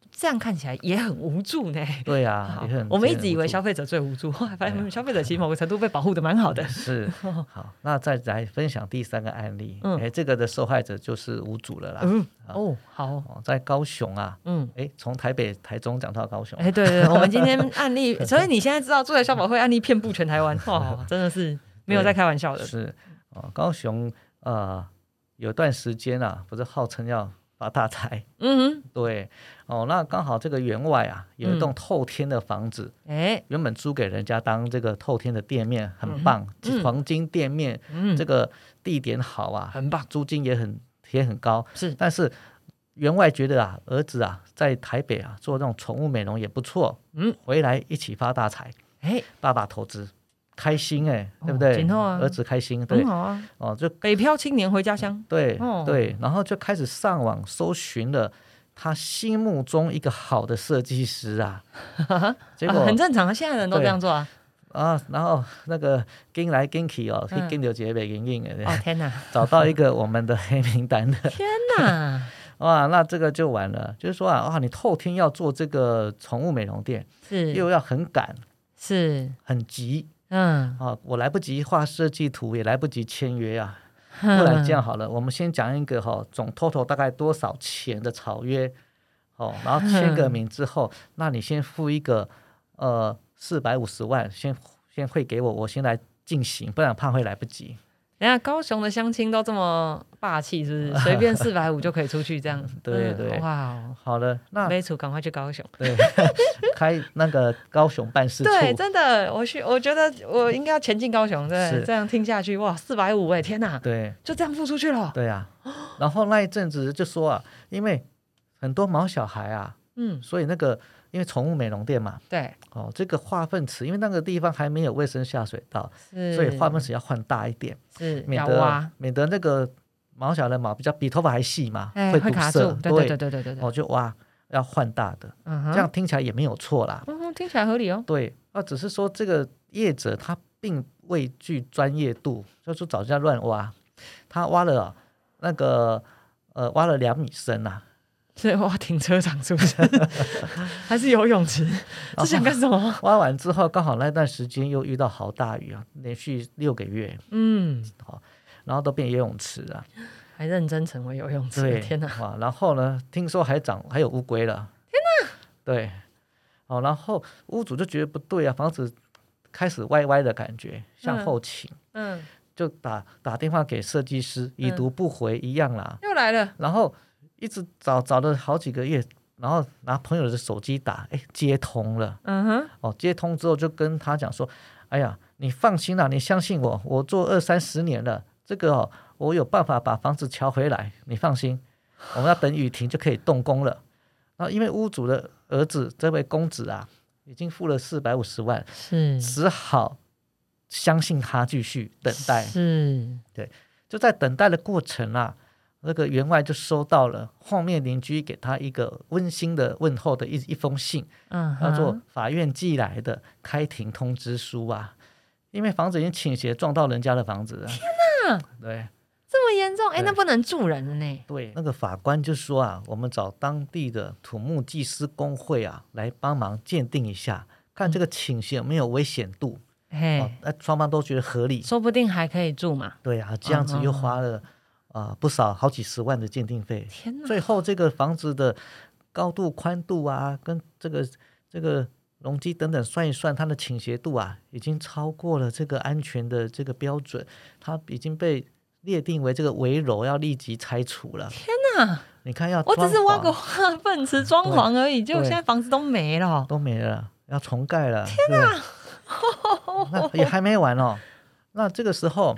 A: 这样看起来也很无助呢。
B: 对 啊
A: 好，
B: 也很
A: 我们一
B: 也很
A: 直以为
B: 无
A: 消
B: 助
A: 费者最无助，后 来发现
B: 对啊。
A: 嗯消费者其实某个程度被保护的蛮好的
B: 嗯是 好，那再来分享第三个案例，
A: 嗯
B: 哎，这个的受害者就是无主了啦。
A: 嗯，
B: 好
A: 哦，好，
B: 哦，在高雄啊，
A: 嗯。
B: 哎，从台北、台中讲到高雄，
A: 哎，对对，我们今天案 例，所以你现在知道住宅消保会案例遍布全台湾，哇，真的是没有在开玩笑的。
B: 是哦，高雄呃有段时间啊，不是号称要发大财，
A: 嗯
B: 对哦，那刚好这个员外啊有一栋
A: 嗯
B: 透天的房子，
A: 哼，哎，
B: 原本租给人家当这个透天的店面，很棒，
A: 嗯
B: 黄金店面，
A: 嗯，
B: 这个地点好啊，
A: 很棒，
B: 租金也很也很高，
A: 是
B: 但是员外觉得啊，儿子啊在台北啊做那种宠物美容也不错，
A: 嗯，
B: 回来一起发大财，
A: 哎，
B: 爸爸投资开心哎、
A: 哦
B: 对不对？
A: 紧凑啊
B: 儿子开心，对
A: 很好啊。
B: 哦，就
A: 北漂青年回家乡，
B: 对、
A: 哦
B: 对，然后就开始上网搜寻了他心目中一个好的设计师 啊，结果
A: 啊很正常啊，现在人都这
B: 对
A: 样做啊。
B: 啊，然后那个跟来跟去哦，
A: 嗯
B: 去跟刘杰北莹莹哎，
A: 哦天 哪，
B: 找到一个我们的黑名单的。
A: 天哪，
B: 哇，那这个就完了。就是说啊，哇，你后天要做这个宠物美容店，
A: 是
B: 又要很赶、
A: 是，
B: 很急
A: 嗯，
B: 啊，我来不及画设计图，也来不及签约啊。
A: 不
B: 不然
A: 嗯
B: 这样好了，我们先讲一个哈、总 total 大概多少钱的草约哦，然后签
A: 嗯
B: 个名之后，那你先付一个呃四百五十万，先先汇给我，我先来进行，不然怕会来不及。
A: 人家高雄的相亲都这么霸气，是不是？随便四百五就可以出去这样？
B: 对
A: 嗯
B: 对
A: 哇哦！
B: 好了，那
A: 梅楚，赶快去高雄。
B: 对 开那个高雄办事处，
A: 对，真的，我去，我觉得我应该要前进高雄。对，
B: 是
A: 这样听下去，哇，四百五，哎，天哪，
B: 对
A: 就这样付出去了。
B: 对啊，然后那一阵子就说啊，因为很多毛小孩啊，
A: 嗯，
B: 所以那个因为宠物美容店嘛，
A: 对，
B: 哦，这个化粪池，因为那个地方还没有卫生下水道，
A: 是，啊
B: 所以化粪池要换大一点，
A: 是
B: 免
A: 要挖
B: 得，免得那个毛小孩的毛比较比头发还细嘛，
A: 哎，
B: 堵
A: 会卡
B: 塞
A: 住。，对对对对对对对，
B: 哦就挖要换大的，
A: 嗯哼
B: 这样，听起来也没有错啦，
A: 嗯哼，听起来合理哦。
B: 对，那只是说这个业者他并未具专业度，就是找人家乱挖，他挖了啊那个呃挖了两米深啊，
A: 是挖停车场是不是？ 还是游泳池？这想干什么？
B: 挖完之后刚好那段时间又遇到好大雨啊，连续六个月，
A: 嗯，
B: 然后都变游泳池啊，
A: 还认真成为游泳池
B: 对，，
A: 天哪！
B: 哇！然后呢，听说还长还有乌龟了，天哪！对，哦，然后屋主就觉得不对啊，房子开始歪歪的感觉，向
A: 嗯
B: 后倾，
A: 嗯，
B: 就打打电话给设计师，已
A: 嗯
B: 读不回一样啦。
A: 又来了，
B: 然后一直找找了好几个月，然后拿朋友的手机打，哎，接通了。
A: 嗯哼，
B: 哦，接通之后就跟他讲说：“哎呀，你放心啦，你相信我，我做二三十年了，这个哦，我有办法把房子瞧回来，你放心。我们要等雨停就可以动工了。”然后因为屋主的儿子这位公子啊，已经付了四百五十万，
A: 是
B: 只好相信他继续等待。
A: 是，
B: 就在等待的过程啊，那个员外就收到了后面邻居给他一个温馨的问候的一一封信，
A: 嗯哼，
B: 叫做法院寄来的开庭通知书啊，因为房子已经倾斜撞到人家的房子了。天哪！对
A: 这么严重，哎，
B: 对哦
A: 那不能住人了呢。
B: 对，那个法官就说啊，我们找当地的土木技师工会啊来帮忙鉴定一下，看这个倾斜有没有危险度。哦
A: 嘿，，
B: 那双方都觉得合理。
A: 说不定还可以住嘛。
B: 对啊，这样子又花了啊、呃不少好几十万的鉴定费。
A: 天哪，
B: 最后这个房子的高度、宽度啊，跟这个这个容积等等算一算，它的倾斜度啊，已经超过了这个安全的这个标准，它已经被列定为这个围楼要立即拆除了。
A: 天哪！
B: 你看要
A: 我只是
B: 装
A: 挖
B: 潢
A: 个化 粪池装潢而已，结果现在房子都没了。
B: 都没了，要重盖了。天哪！那也还没完哦。那这个时候，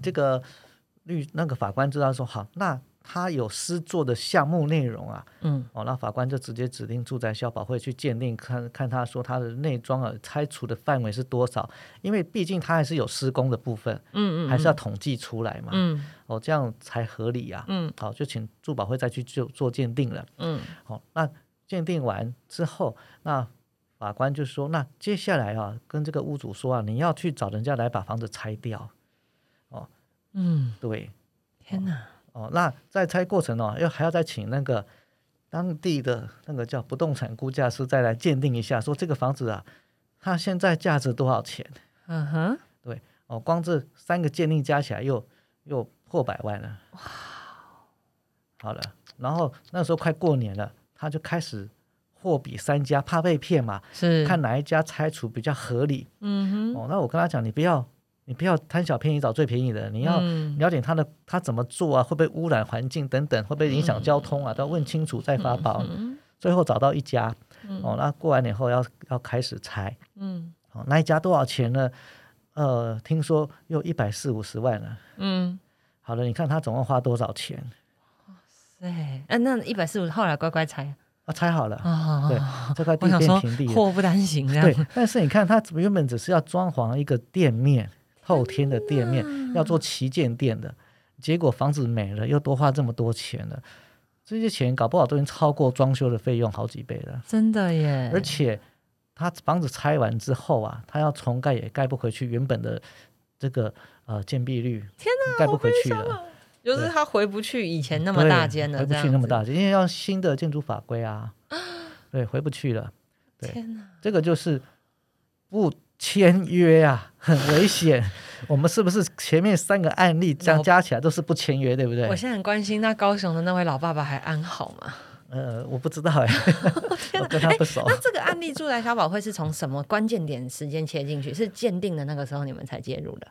B: 这个律那个法官知道说，好，那他有施作的项目内容啊，
A: 嗯，
B: 哦，那法官就直接指定住宅消保会去鉴定，看看他说他的内装啊拆除的范围是多少，因为毕竟他还是有施工的部分，
A: 嗯嗯，
B: 还是要统计出来嘛，
A: 嗯
B: 哦，这样才合理呀、
A: 嗯
B: 好，就请住保会再去做做鉴定了。
A: 嗯
B: 好、那鉴定完之后，那法官就说，那接下来啊，跟这个屋主说啊，你要去找人家来把房子拆掉。
A: 嗯，
B: 对，
A: 天哪！
B: 哦，那在拆过程哦，又还要再请那个当地的那个叫不动产估价师再来鉴定一下，说这个房子啊，它现在价值多少钱？
A: 嗯哼，
B: 哦，光这三个鉴定加起来又又破百万了。
A: 哦
B: 好了，然后那时候快过年了，他就开始货比三家，怕被骗嘛，
A: 是
B: 看哪一家拆除比较合理。
A: 嗯哼，
B: 哦，那我跟他讲，你不要，你不要贪小便宜找最便宜的，你要
A: 嗯
B: 了解他的他怎么做啊，会不会污染环境等等，会不会影响交通啊，都要问清楚再发包。
A: 嗯
B: 最后找到一家，哦，那过完年后要要开始拆，
A: 嗯
B: 哦，那一家多少钱呢？呃，听说又一百四五十万了。
A: 嗯，
B: 好了，你看他总共花多少钱？
A: 对，嗯，那一百四五后来乖乖拆
B: 啊，拆好了，
A: 啊，
B: 对，这块地
A: 我想说
B: 变平地了。
A: 祸不单行这
B: 对
A: 样，，
B: 但是你看，他原本只是要装潢一个店
A: 嗯
B: 面，后天的店面，要做旗舰店的，结果房子没了，又多花这么多钱了，这些钱搞不好都已经超过装修的费用好几倍了。
A: 真的耶，
B: 而且他房子拆完之后啊，他要重盖也盖不回去原本的这个呃建蔽率，
A: 天
B: 哪，盖不回去了，
A: 就是他回不去以前啊那
B: 那
A: 么大间了，
B: 回不
A: 这样
B: 去
A: 子
B: 那么，大间，因为要新的建筑法 规啊，对，回不去了。对
A: 天哪，
B: 这个就是不签约啊，很危险。 我们是不是前面三个案例这样
A: 我
B: 加起来都是不签约，对不对
A: 我？现在很关心那高雄的那位老爸爸还安好吗？
B: 呃，我不知道 哎、
A: 哦
B: 我跟他不熟。
A: 那这个案例住宅消保会是从什么关键点时间切进去？是鉴定的那个时候你们才介入的，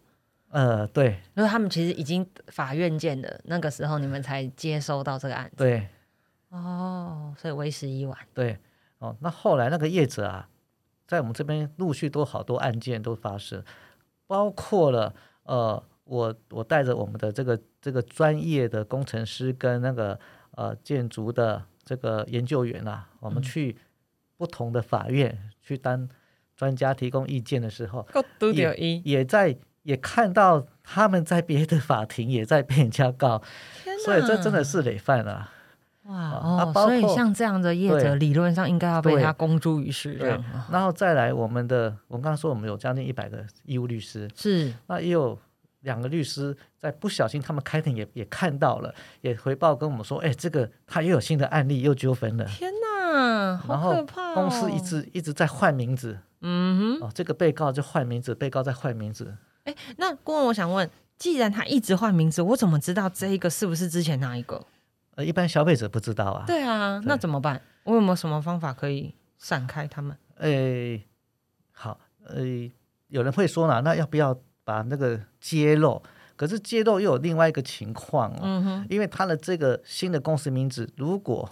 B: 呃，对
A: 因为他们其实已经法院见的那个时候你们才接收到这个案子
B: 对
A: 哦，所以为时已晚。
B: 对，哦，那后来那个业者啊，在我们这边陆续都好多案件都发生，包括了呃，我我带着我们的这个这个专业的工程师跟那个呃建筑的这个研究员啊，我们去不同的法院去当专家提供意见的时候，
A: 够独
B: 到
A: 一，
B: 也在也看到他们在别的法庭也在被人家告，所以这真的是累犯了、啊。
A: 哇
B: 啊
A: 哦！
B: 包括
A: 所以像这样的业者，
B: 对
A: 理论上应该要被
B: 对
A: 他公诸于世，这
B: 对
A: 样，啊
B: 然后再来我们的，我刚刚说我们有将近一百个义务律师，
A: 是
B: 那也有两个律师在不小心，他们开庭也也看到了，也回报跟我们说，哎，这个他又有新的案例又纠纷了。
A: 天哪，
B: 然
A: 好可
B: 后
A: 怕、哦！
B: 公司一，直一直在换名字
A: 嗯哼，
B: 哦，这个被告就换名字，被告再换名字，
A: 那顾问，我想问，既然他一直换名字，我怎么知道这一个是不是之前那一个？
B: 呃，一般消费者不知道啊。
A: 对啊，那怎么办？我有没有什么方法可以闪开他们？
B: 诶，哎好，诶，有人会说呢，那要不要把那个揭露？可是揭露又有另外一个情况哦，
A: 嗯哼，
B: 因为他的这个新的公司名字，如果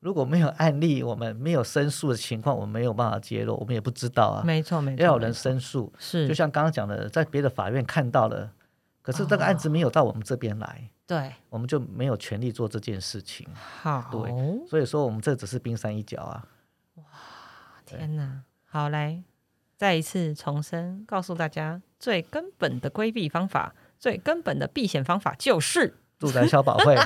B: 如果没有案例，我们没有申诉的情况，我们没有办法揭露，我们也不知道啊。
A: 没错没错，
B: 要有人申诉，
A: 是
B: 就像刚刚讲的，在别的法院看到了，可是这个案子没有到我们这边来，
A: 对，
B: 我们就没有权利做这件事情。
A: 好，
B: 对
A: 嗯
B: 所以说，我们这只是冰山一角啊。
A: 天哪！好，来再一次重申，告诉大家最根本的规避方法，最根本的避险方法就是，
B: 住宅消保 会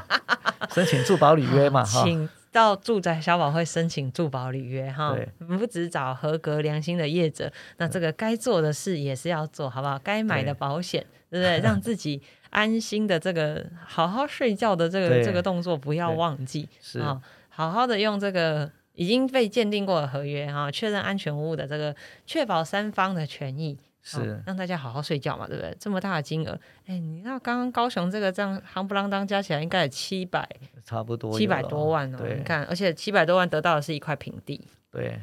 B: 申请住保履约嘛，啊哈。
A: 请到住宅消保会申请住保履约哈
B: 对。
A: 不只找合格良心的业者，那这个该做的事也是要做好不好？该买的
B: 对
A: 保险，对 不对？让自己安心的这个好好睡觉的这个
B: 对
A: 这个动作不要
B: 对
A: 忘记。
B: 是
A: 啊、好好的用这个已经被鉴定过的合约啊，确认安全无误的这个，确保三方的权益。啊
B: 是，
A: 让大家好好睡觉嘛，对不对？这么大的金额，哎，你知道刚刚高雄这个这样夯不啷当加起来应该有七百
B: 差不多有
A: 七百
B: 了
A: 多万哦，
B: 对
A: 你看，而且七百多万得到的是一块平地，
B: 对，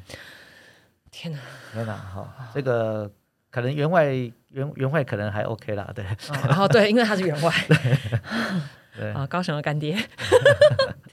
A: 天 哪，
B: 没啦，哈、
A: 哦
B: 这个可能员外员员外可能还 OK 啦，对
A: 然后哦对，因为他是员外
B: 对，
A: 啊，高雄的干爹。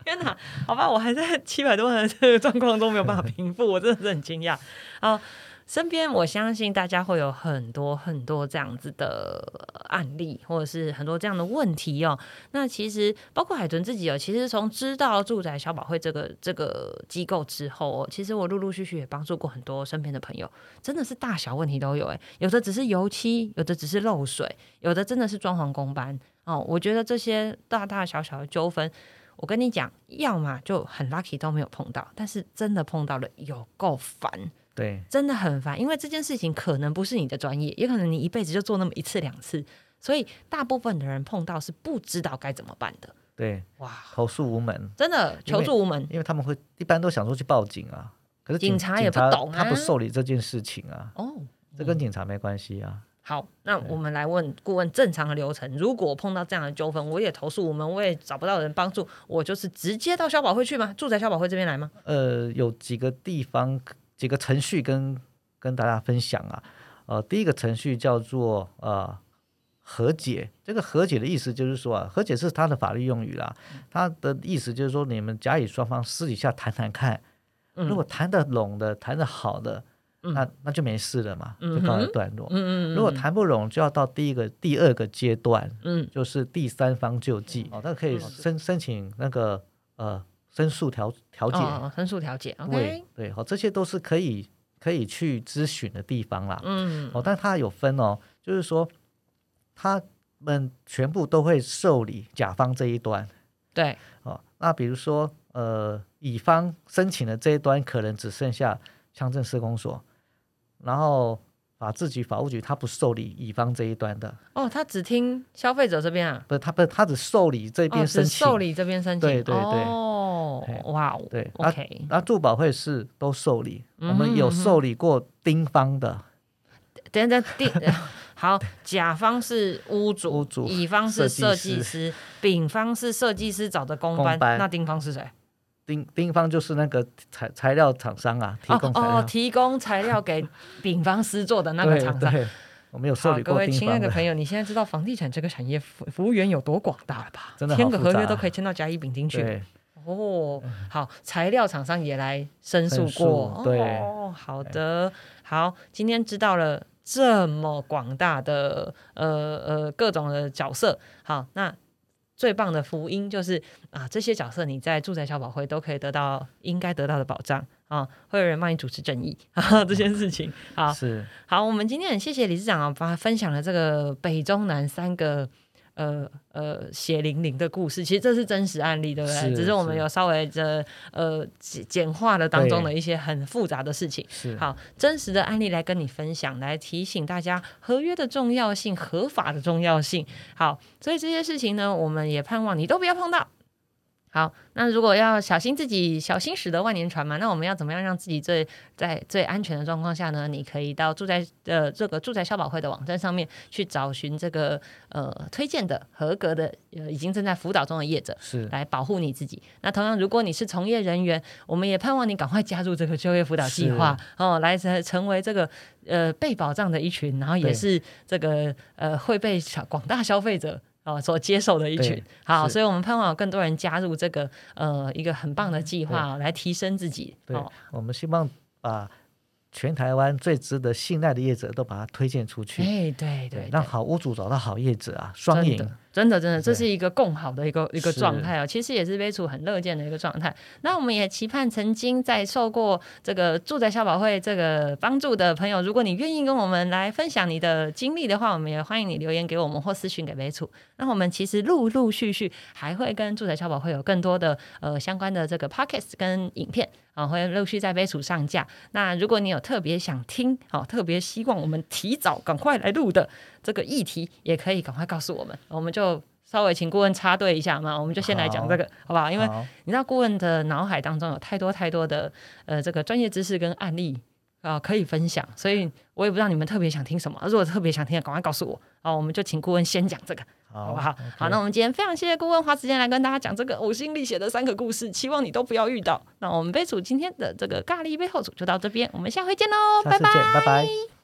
A: 天哪，好吧，我还在七百多人的这个状况中没有办法平复，我真的是很惊讶啊。身边我相信大家会有很多很多这样子的呃案例，或者是很多这样的问题哦。那其实包括海豚自己哦，其实从知道住宅小保会这个这个机构之后哦，其实我陆陆续续也帮助过很多身边的朋友，真的是大小问题都有诶，欸有的只是油漆，有的只是漏水，有的真的是装潢工班哦。我觉得这些大大小小的纠纷，我跟你讲，要么就很 lucky 都没有碰到，但是真的碰到了有够烦，
B: 对
A: 真的很烦，因为这件事情可能不是你的专业，也可能你一辈子就做那么一次两次，所以大部分的人碰到是不知道该怎么办的。
B: 对，
A: 哇，
B: 投诉无门，
A: 真的求助无门，
B: 因为他们会一般都想说去报警啊，可是
A: 警察也不懂啊
B: 他不受理这件事情啊，
A: 哦。
B: 这跟警察没关系啊，
A: 好，那我们来问顾问正常的流程。如果碰到这样的纠纷，我也投诉无门，我也找不到人帮助，我就是直接到消保会去吗？住宅消保会这边来吗？
B: 呃，有几个地方几个程序跟跟大家分享啊。呃，第一个程序叫做呃和解。这个和解的意思就是说啊，和解是它的法律用语啦。
A: 嗯
B: 它的意思就是说，你们甲乙双方私底下谈谈看，
A: 嗯
B: 如果谈得拢的、谈得好的，那那就没事了嘛，就告一段落。
A: 嗯
B: 如果谈不拢，就要到第一个、第二个阶段，
A: 嗯
B: 就是第三方救济。哦，那可以申申请那个呃申诉调调解。
A: 哦，申诉调解
B: 对
A: ，OK，
B: 对，好，这些都是可以可以去咨询的地方啦。
A: 嗯
B: 哦，但它有分哦，就是说他们全部都会受理甲方这一端
A: 对，
B: 哦。那比如说呃，乙方申请的这一端可能只剩下乡镇施工所，然后法制局、法务局他不受理乙方这一端的，
A: 哦，他只听消费者这边啊，
B: 不是他不是他只受理这
A: 哦，
B: 边
A: 只
B: 申请。
A: 受理这边申请，
B: 对对对
A: 哦
B: 嘿，
A: 哇哦，
B: 对啊
A: ，OK，
B: 那住保会是都受理，我
A: 嗯
B: 们
A: 哼
B: 有
A: 嗯哼
B: 受理过丁方的，
A: 等一下等一下第 好，甲方是屋主，
B: 屋主
A: 乙方是设
B: 设
A: 计
B: 计师
A: 师，丙方是设计师找的工班，
B: 工班
A: 那丁方是谁？
B: 丁丁方就是那个材材料厂商啊，提
A: 哦
B: 供材料。
A: 哦，提供材料给丙方师做的那个厂商。
B: 对对我们有受
A: 好，
B: 理
A: 各
B: 过
A: 位
B: 丁
A: 亲爱
B: 方
A: 的
B: 的。
A: 朋友，你现在知道房地产这个产业服服务员有多广大了吧？
B: 真的好
A: 签个合
B: 复杂
A: 约
B: 啊
A: 都可以签到甲乙丙丁去。
B: 对，
A: 哦，好，材料厂商也来申诉
B: 嗯申诉
A: 过。
B: 对
A: 哦，好的，好，今天知道了这么广大的呃呃各种的角色，好，那。最棒的福音就是啊，这些角色你在住宅小保会都可以得到应该得到的保障啊，会有人帮你主持正义啊，这件事情。好，
B: 是
A: 好，我们今天很谢谢理事长啊，把分享了这个北中南三个呃呃血淋淋的故事，其实这是真实案例，对不对？
B: 是
A: 只是我们
B: 是
A: 有稍微这呃简简化了当中的
B: 对
A: 一些很复杂的事情。
B: 是，
A: 好，真实的案例来跟你分享，来提醒大家合约的重要性、合法的重要性。好，所以这些事情呢，我们也盼望你都不要碰到。好，那如果要小心自己，小心驶得万年船嘛，那我们要怎么样让自己最在最安全的状况下呢？你可以到住宅呃这个住宅消保会的网站上面去找寻这个呃推荐的合格的呃已经正在辅导中的业者，
B: 是
A: 来保护你自己。那同样，如果你是从业人员，我们也盼望你赶快加入这个就业辅导计划哦，来成成为这个呃被保障的一群，然后也
B: 对
A: 是这个呃会被小广大消费者。哦，所接受的一群
B: 对，
A: 好，
B: 是
A: 所以我们盼望有更多人加入这个呃一个很棒的计划、来提升自己。
B: 对
A: 哦，
B: 我们希望把全台湾最值得信赖的业者都把它推荐出去，
A: 哎，对对，
B: 让
A: 对
B: 好屋主找到好业者啊，
A: 真
B: 双
A: 的，
B: 赢。
A: 真的真的，这
B: 对
A: 是一个共好的一个一个
B: 是
A: 状态啊，其实也是杯楚很乐见的一个状态。那我们也期盼曾经在受过这个住宅消保会这个帮助的朋友，如果你愿意跟我们来分享你的经历的话，我们也欢迎你留言给我们或私讯给杯楚。那我们其实陆陆续续还会跟住宅消保会有更多的呃相关的这个 podcast 跟影片。啊，会陆续在杯楚上架。那如果你有特别想听，好、特别希望我们提早赶快来录的这个议题，也可以赶快告诉我们，我们就稍微请顾问插队一下嘛，我们就先来讲这个，好不好？因为
B: 好
A: 你知道顾问的脑海当中有太多太多的呃这个专业知识跟案例。啊，可以分享，所以我也不知道你们特别想听什么。如果特别想听的，赶快告诉我啊，我们就请顾问先讲这个，好
B: 好
A: 不好？
B: OK
A: 好，那我们今天非常谢谢顾问花时间来跟大家讲这个呕心沥血的三个故事，期望你都不要遇到。那我们杯主今天的这个咖喱杯后主就到这边，我们下回见喽，
B: 下次见，拜拜